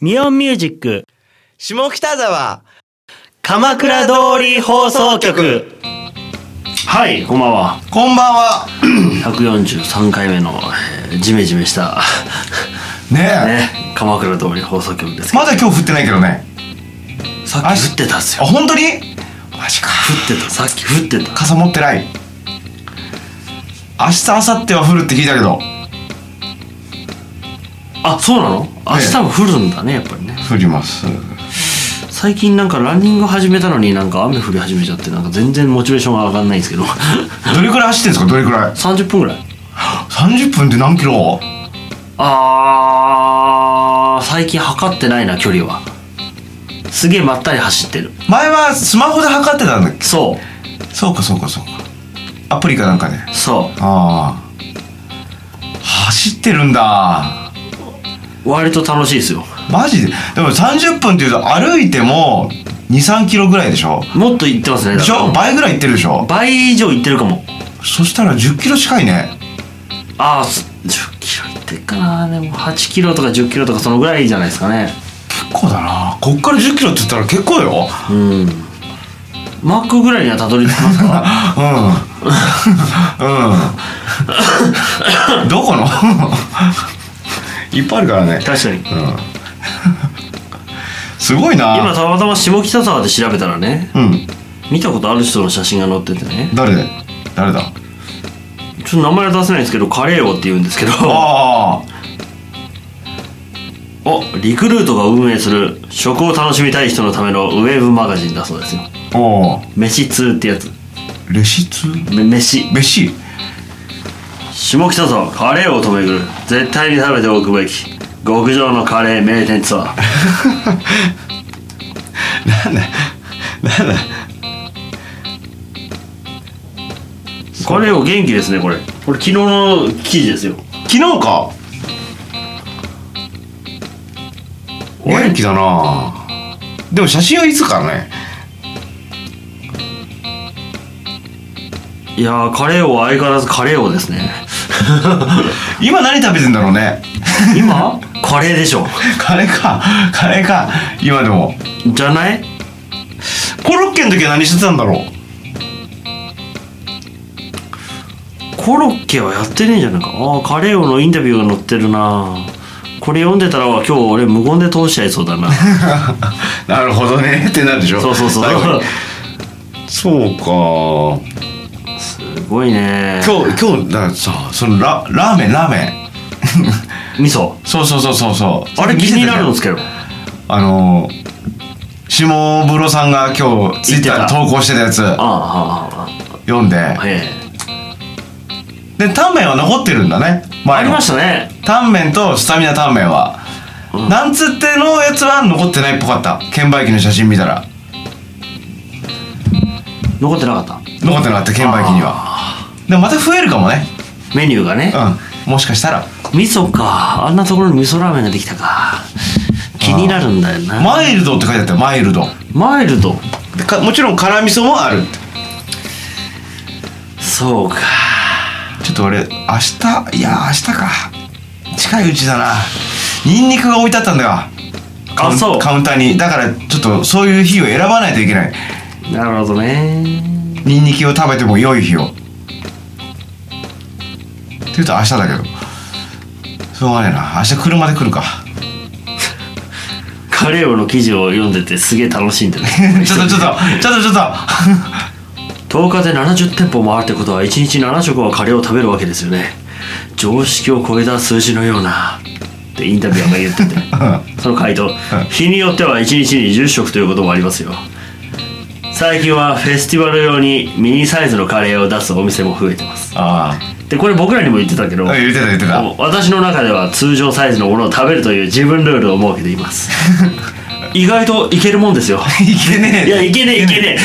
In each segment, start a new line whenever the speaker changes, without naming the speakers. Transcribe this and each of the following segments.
ミオンミュージック
下北沢
鎌倉通り放送局はいこんばんは
こんばんは
143回目の、えー、ジメジメした、
ね
ね、鎌倉通り放送局です
えまだ今日降ってないけどね
さ
あ
っき降ってたっす
あ
よ
本当にマジか
降ってたさっき降ってた
傘持ってない明日明後日は降るって聞いたけど
あそうなの明日も降るんだねやっぱりね
降ります
最近なんかランニング始めたのになんか雨降り始めちゃってなんか全然モチベーションが上がんないんですけど
どれくらい走ってんですかどれくらい
30分ぐらい
30分って何キロ
あー最近測ってないな距離はすげえまったり走ってる
前はスマホで測ってたんだっけ
そ
そうかそうかそうかアプリかなんかね
うそ
ああ走ってるんだ
う割と楽しいですよ
マジででも30分っていうと歩いても23キロぐらいでしょ
もっと行ってますね
で
だ
し
から
ょ倍ぐらいいってるでしょ
倍以上行ってるかも
そしたら10キロ近いね
ああ10キロ行ってるかなでも8キロとか10キロとかそのぐらいじゃないですかね
結構だなこっから10キロって言ったら結構よ
うんマックぐらいにはたどり着きます か
うんうんどこのいっぱいあるからね
確かに
すごい
今
な
たまたま下北沢で調べたらね
うん
見たことある人の写真が載っててね
誰だ誰だ
ちょっと名前は出せないんですけどカレー王って言うんですけど
ああ
おリクルートが運営する食を楽しみたい人のためのウェブマガジンだそうですよ
おお
飯通ってやつ
レシツ
め飯
飯
下北沢カレーをとめぐる絶対に食べておくべき極上のカレー名店ツアー
なんだなんだ
カレーを元気ですねこれこれ昨日の記事ですよ
昨日か元気だなでも写真はいつかね
いやーカレーを相変わらずカレーをですね
今何食べてんだろうね
今カレーでしょ
カレーかカレーか今でも
じゃない
コロッケの時は何してたんだろう
コロッケはやってねえんじゃないかああカレー王のインタビューが載ってるなこれ読んでたら今日俺無言で通しちゃいそうだ な
なるほどねってなるでしょ
そうそうそう
最後にそうか
すごいね
今日今日だからさそのララーメンラーメン
味噌
そうそうそうそうそう
あれ
見
気
せて
に
たじゃ
なるんですけど
あのー下風呂さんが今日ツイッターで投稿してたやつ
ああああ
読んで
ああええ
でタンメンは残ってるんだね
あ
前
り
の
ましたね
タンメンとスタミナタンメンは、なんつってのやつは残ってないっぽかった券売機の写真見たら
残ってなかった
残ってなかった券売機にはでもまた増えるかもね
メニューがね
うんもしかしたら
味噌かあんなところに味噌ラーメンができたか気になるんだよな
マイルドって書いてあったよマイルド
マイルド
でかもちろん辛味噌もある
そうか
ちょっと俺明日いや明日か近いうちだなニンニクが置いてあったんだよカウン
そう
カウンターにだからちょっとそういう日を選ばないといけない
なるほどね
ニンニクを食べても良い日をっていうと明日だけどしょうがねえな明日車で来るか
カレー王の記事を読んでてすげえ楽しん でる
ちょ っとちょっとちょ っとちょっと
10日で70店舗回るってことは1日7食はカレーを食べるわけですよね常識を超えた数字のようなってインタビュアーが言っててその回答日によっては1日に10食ということもありますよ最近はフェスティバル用にミニサイズのカレーを出すお店も増えてます
あ
でこれ僕らにも言ってたけど
あ言ってた言ってた
私の中では通常サイズのものを食べるという自分ルールを設けています 意外といけるもんですよ
いけねえ
いや、いけねえ、いけね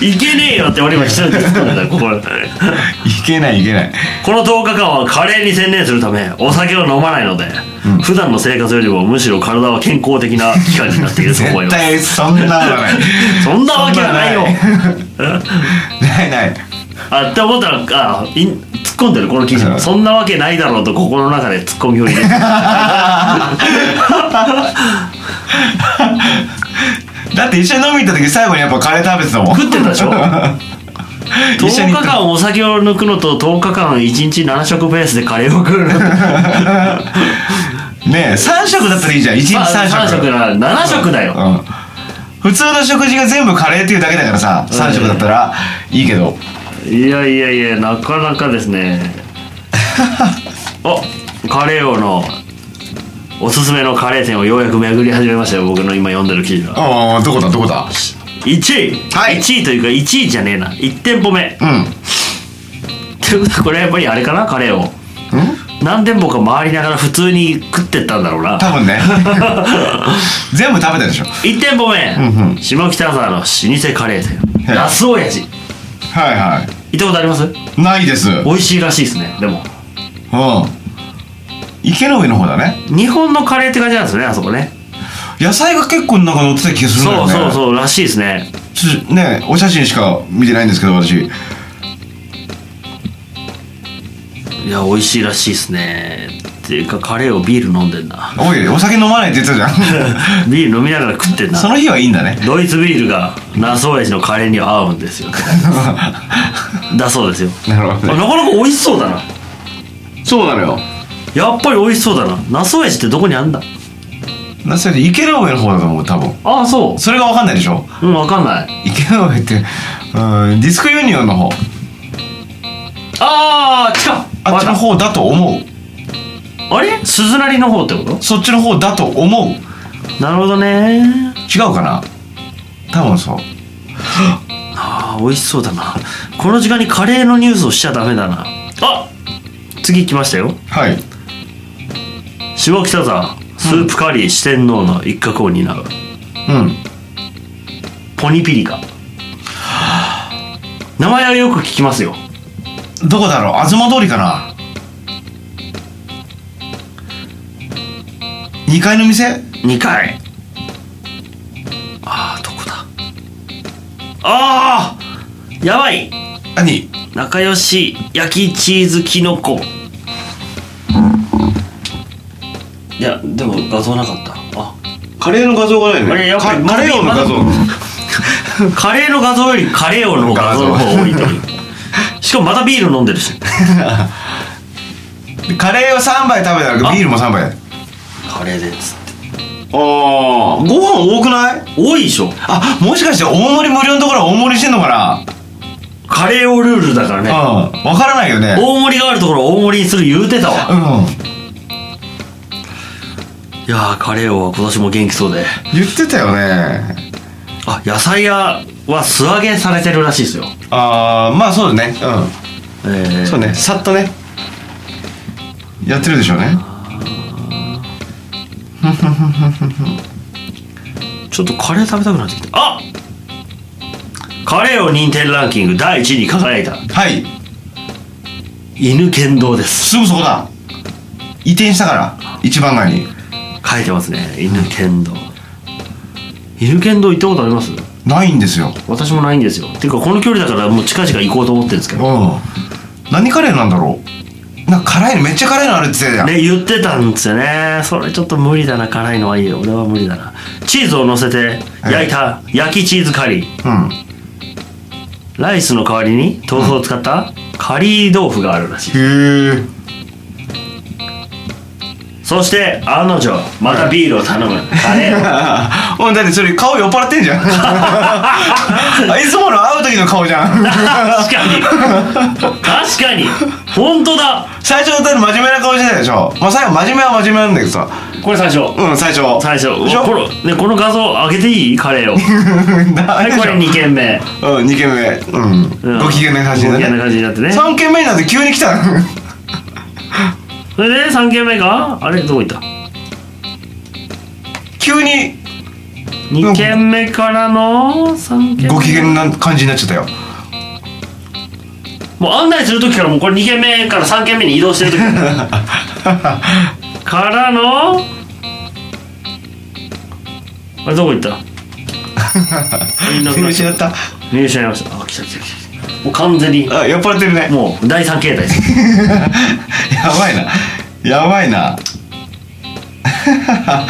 え。いけねえよって俺今一人で言ったんだよ、心の中で
いけないいけない
この10日間はカレーに専念するため、お酒を飲まないので、普段の生活よりもむしろ体は健康的な期間になっていると思い
絶
ます。
対そんなのはない
そんなわけはないよ。
ないない
あ、って思ったら、あ、い突っ込込んでるこの記事もそんなわけないだろうと心の中でツッコミを入れてる
だって一緒に飲みに行った時最後にやっぱカレー食べてたもん
食ってたでしょ
一緒
10
に
日
行った
間お酒を抜くのと10日間1日7食ベースでカレーを食うのと
ねえ3食だったらいいじゃん1日
まあ
3食
三食なら7食だよ、
うん普通の食事が全部カレーっていうだけだからさ3食だったらいいけど
いやいやいやなかなかですねあカレー王のおすすめのカレー店をようやく巡り始めましたよ僕の今読んでる記事は
ああどこだどこだ
1位、
はい
1位というか1位じゃねえな1店舗目
うんん
ってこと はこれやっぱりあれかなカレーを何店舗か回りながら普通に食ってったんだろうな
多分ね 全部食べたでしょ
1店舗目、
うんうん
下北沢の老舗カレー店
はい
ラス親父行
はいは
ったことあります
いないですうん
美味しいらしいですねでも
池の上の方だね
日本のカレーって感じなんですねあそこね
野菜が結構なんか乗ってた気がするんだ
そ
よ
う
ね
そうそうらしいですね
ちょねお写真しか見てないんですけど私
いや美味しいらしいですねっていうかカレーをビール飲んでんな
おいお酒飲まないって言って たじゃ
ビール飲みながら食ってん
んそ
な
の日はいいんだ ね
ドイツビールがナスオヤジのカレーには合うん ですよだそうですよ
なるほ
あ
ど
な
ね
かなか美味しそうだな
そうなのよ
やっぱり美味しそうだなナスオヤジってどこにあんだ
なそれで池の上の方だと思う多分
ああそ
それが分かんないでしょ
ううんわかんない
池の上ってうんディスクユニオンの方
ああ近っ
あっちの方だと思う
あれ鈴なりの方ってこと
そっちの方だと思う違
なるほどね
うかな多分そう
あー美味しそうだなこの時間にカレーのニュースをしちゃダメだなあ次来ましたよ
はい
下北沢スープカリー四天王の一角を担う
うん
ポニピリカ名前はよく聞きますよ
どこだろう東通りかな2階の店
2回あーどこだあーやばい
何
仲良し焼きチーズきのこいやでも画像なかったあ
カレーの画像がない
あれやっぱり
カカレー王の画像
カレーの画像よりカレー王の画像の方が多いというしかもまたビール飲んでるし
カレーを3杯食べたらビールも3杯
カレーでっつって
ああご飯多くない
多いでしょ
あもしかして大盛り無料のところは大盛りしてんのか
カレー王ルールだからね
なうんわからないよね
大盛りがあるところを大盛りにする言うてたわ
うん
いやーカレー王は今年も元気そうで
言ってたよね
あ野菜屋は素揚げされてるらしいですよ
ああまあそうだね
え
う
ー
んそうねさっとねやってるでしょうね
ちょっとカレー食べたくなってきたあカレー王認定ランキング第1位に輝いた
はい
犬剣道です
すぐそこだ移転したから一番街に
書いてますね犬剣道犬剣道行ったことあります
ないんですよ
私もないんですよていうかこの距離だからもう近々行こうと思ってるんですけ
う
ど
ん何カレーなんだろうなんか辛いのめっちゃ辛いのあるって言ってたじ
ね言ってたんですよねそれちょっと無理だな辛いのはいいよ俺は無理だなチーズを乗せて焼いた焼きチーズカリー
ゃんうん
ライスの代わりに豆腐を使ったカリー豆腐があるらしい
へ え
そして案の定またビールを頼むカレー
お前だってそれ顔酔っ払ってんじ ゃんあいつもの会う時の顔じゃ ん
確かに確かに本当だ
最初だって真面目な顔してたでしょまあ最後真面目は真面目なんだけどさ
これ最初
うん最初
最初
でしょ
この,、ね、この画像上げていいカレーを
な
は
あれ
い
でしょ
これ2軒目、
うん2軒目うん、ご機嫌な感じ
だ
だ
ねご機嫌な
ね
感じになってね
3軒目になって急に来た
それで3軒目があれどこ行った
急に
2軒目からの3軒目
ご機嫌な感じになっちゃった よ
もう案内する時からもうこれ2軒目から3軒目に移動してる時 からのあれどこ行ったいなく
急
なっち
に
ゃ
失った
入手しちゃいましたあ来た来た来たもう完全に
あ酔っ払ってるね
もう第三形態です
やばいなやばいな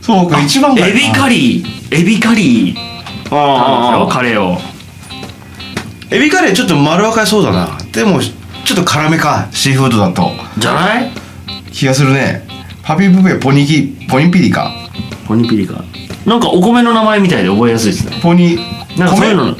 そうか一番か
エビカ
リ
リーエビカリーなんですよ
あ
カレーを
ーエビカレーちょっと丸分かりそうだなでもちょっと辛めかシーフードだと
じゃない
気がするねパピプペポニキポニピリか
ポニピリカなんかお米の名前みたいで覚えやすいですね
ポニ
なんかそういう
米
の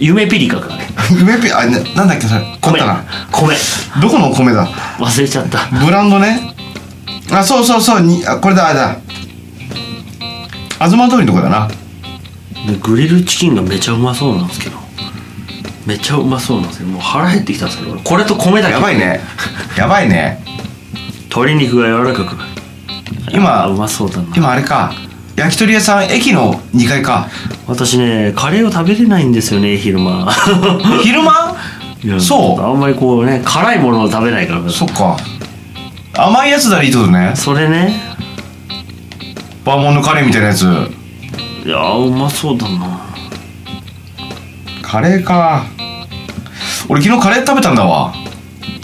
夢ピリカかね
梅ピあななんだっけそれこっ
米
たな
米
どこのお米だ
忘れちゃった
ブランドねあそうそうそうにあこれだあれだ東通りのとこだな
でグリルチキンがめちゃうまそうなんですけどめちゃうまそうなんですけどもう腹減ってきたんですけどこれと米だけ
やばいねやばいね
鶏肉が柔らかく
今
あうまそうだな
今あれか焼き鳥屋さん駅の2階か
私ねカレーを食べれないんですよね昼 間
昼間
いや
そう
あんまりこうね辛いものを食べないから
そ
そ
っか甘いやつだらいいってことね
れね
バーモントカレーみたいなやつ
いやーうまそうだな
カレーか俺昨日カレー食べたんだわ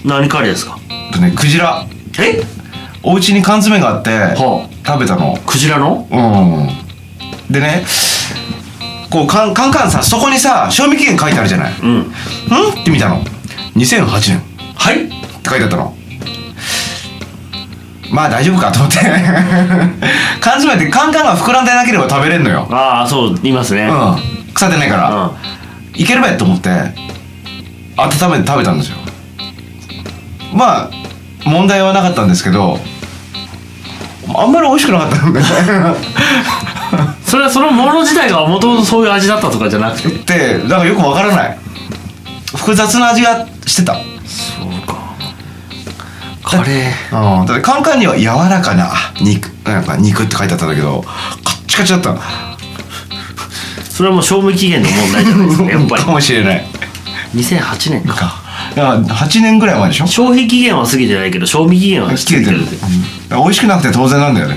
何カレーですか
とねクジラ
え
お家に缶詰があって、
は
食べたの
クジラの
うんでねこうカンカンカンさそこにさ賞味期限書いてあるじゃないん
うん
って見たの2008年っ
はい
て書いてあったのまあ大丈夫かと思って 缶詰ってカンカンが膨らんでなければ食べれんのよ
ああそう言いますね
うん腐ってないから、いければやと思って温めて食べたんですよまあ問題はなかったんですけどあんまり美味しくなかったのね
それはそのもの自体がもともとそういう味だったとかじゃなくて
ってなんかよくわからない複雑な味がしてた
そうかカレー
うんだってカンカンには柔らかな肉なんか肉って書いてあったんだけどカッチカチだった
それはもう賞味期限の問題じゃないですかやっぱり
かもしれない
2008年か
かだから8年ぐらい前でしょ
消費期限は過ぎてないけど賞味期限は過ぎ
切
て
れてる、
る
うんだから美味しくなくて当然なんだよね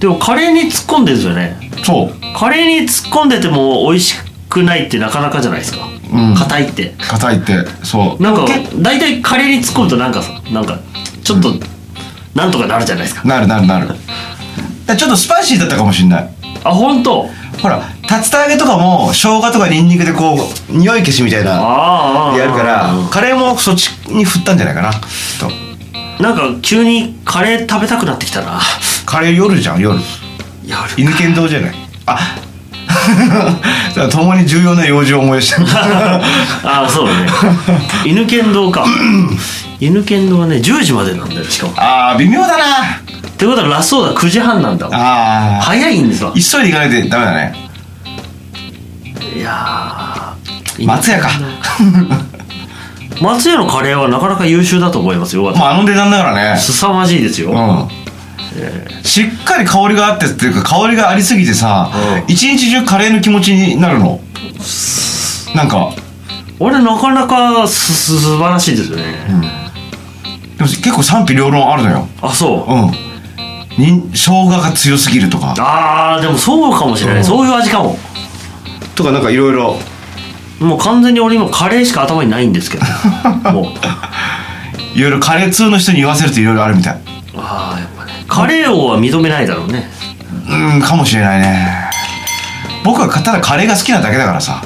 でもカレーに突っ込んでるんですよね
そう
カレーに突っ込んでても美味しくないってなかなかじゃないですか
うん
硬、いって
硬いってそう
なんか
でもけ
大体カレーに突っ込むとなんかさなんかちょっと、なんとかなるじゃないですか
なるなるなるだからちょっとスパイシーだったかもしれない
あ本当
ほら竜田揚げとかも生姜とかニンニクでこう匂い消しみたいな
ああ
やるから
あ
カレーもそっちに振ったんじゃないかなきっと
あなんか急にカレー食べたくなってきたな
カレー夜じゃん夜
やる
犬犬堂じゃないあ だから共に重要な用事を思い出した
ああそうだね犬犬堂か犬犬堂はね10時までなんだよしかもっ
あー微妙だな
てことはラストオーダー9時半なんだわ
あ
早いんですわ
ー急いで行かないとダメだね
いやー
松屋か
松屋のカレーはなかなか優秀だと思いますよ
まああの値段だからね
すさまじいですよ、
うんしっかり香りがあってっていうか香りがありすぎてさ
うん
一日中カレーの気持ちになるのなんか
俺なかなかすす素晴らしいですよね、
でも結構賛否両論あるのよ
あそう、
うんに生姜が強すぎるとか
あーでもそうかもしれない、
うん
そういう味かも
とかなんかいろいろ
もう完全に俺今カレーしか頭にないんですけ どもう
いろいろカレー通の人に言わせるといろいろあるみたい
ああやっぱねカレー王は認めないだろうね
うんかもしれないね僕はただカレーが好きなだけだからさ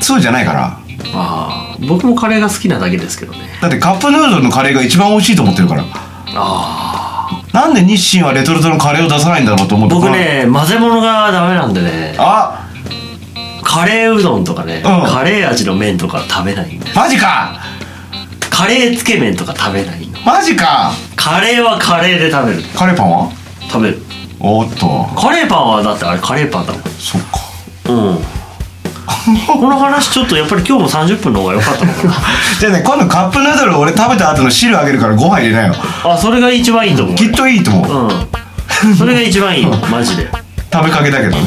通じゃないから
ああ僕もカレーが好きなだけですけどね
だってカップヌードルのカレーが一番美味しいと思ってるから
ああ
なんで日清はレトルトのカレーを出さないんだろうと思って
僕ね混ぜ物がダメなんでね
あ
カレーうどんとかね、
うん
カレー味の麺とか食べないんで
マジか
カレーつけ麺とか食べないの
マジか
カレーはカレーで食べる
カレーパンは
食べる
おーっと
カレーパンはだってあれカレーパンだもん
そっか
うんこの話ちょっとやっぱり今日も30分の方が良かったの かな
じゃあね今度カップヌードル俺食べた後の汁あげるからご飯入れなよ
あそれが一番いいと思う
きっといいと思う
うんそれが一番いいマジで
食べかけだけどね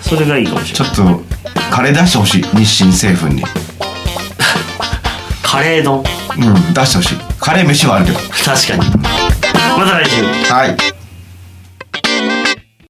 それがいいかもしれ
ち
な
ょ
い
っとカレー出してほしい日清製粉に
カレー丼
うん出してほしいカレー飯はあるけど
確かにまた来週
はい